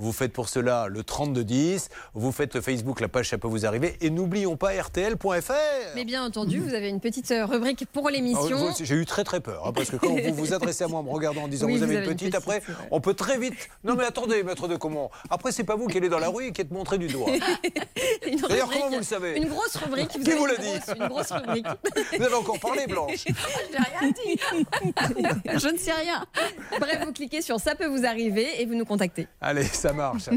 Vous faites pour cela le 3210, vous faites le Facebook, la page ça peut vous arriver. Et n'oublions pas RTL.fr. Mais bien entendu, vous avez une petite euh, rubrique pour Ah, l'émission. vous- J'ai eu très très peur, hein, parce que quand vous vous adressez à moi en me regardant en disant Oui, vous, avez une petite, après c'est vrai. on peut très vite. Non mais attendez, maître de comment Après c'est pas vous qui allez dans la rue et qui êtes montré du doigt. Une D'ailleurs, rubrique- comment vous le savez Une grosse rubrique. Qui avez vous une l'a dit grosse- Une grosse rubrique. Vous avez encore parlé, Blanche Je ne sais rien. Bref, vous cliquez sur Ça peut vous arriver et vous nous contactez. Allez, ça marche.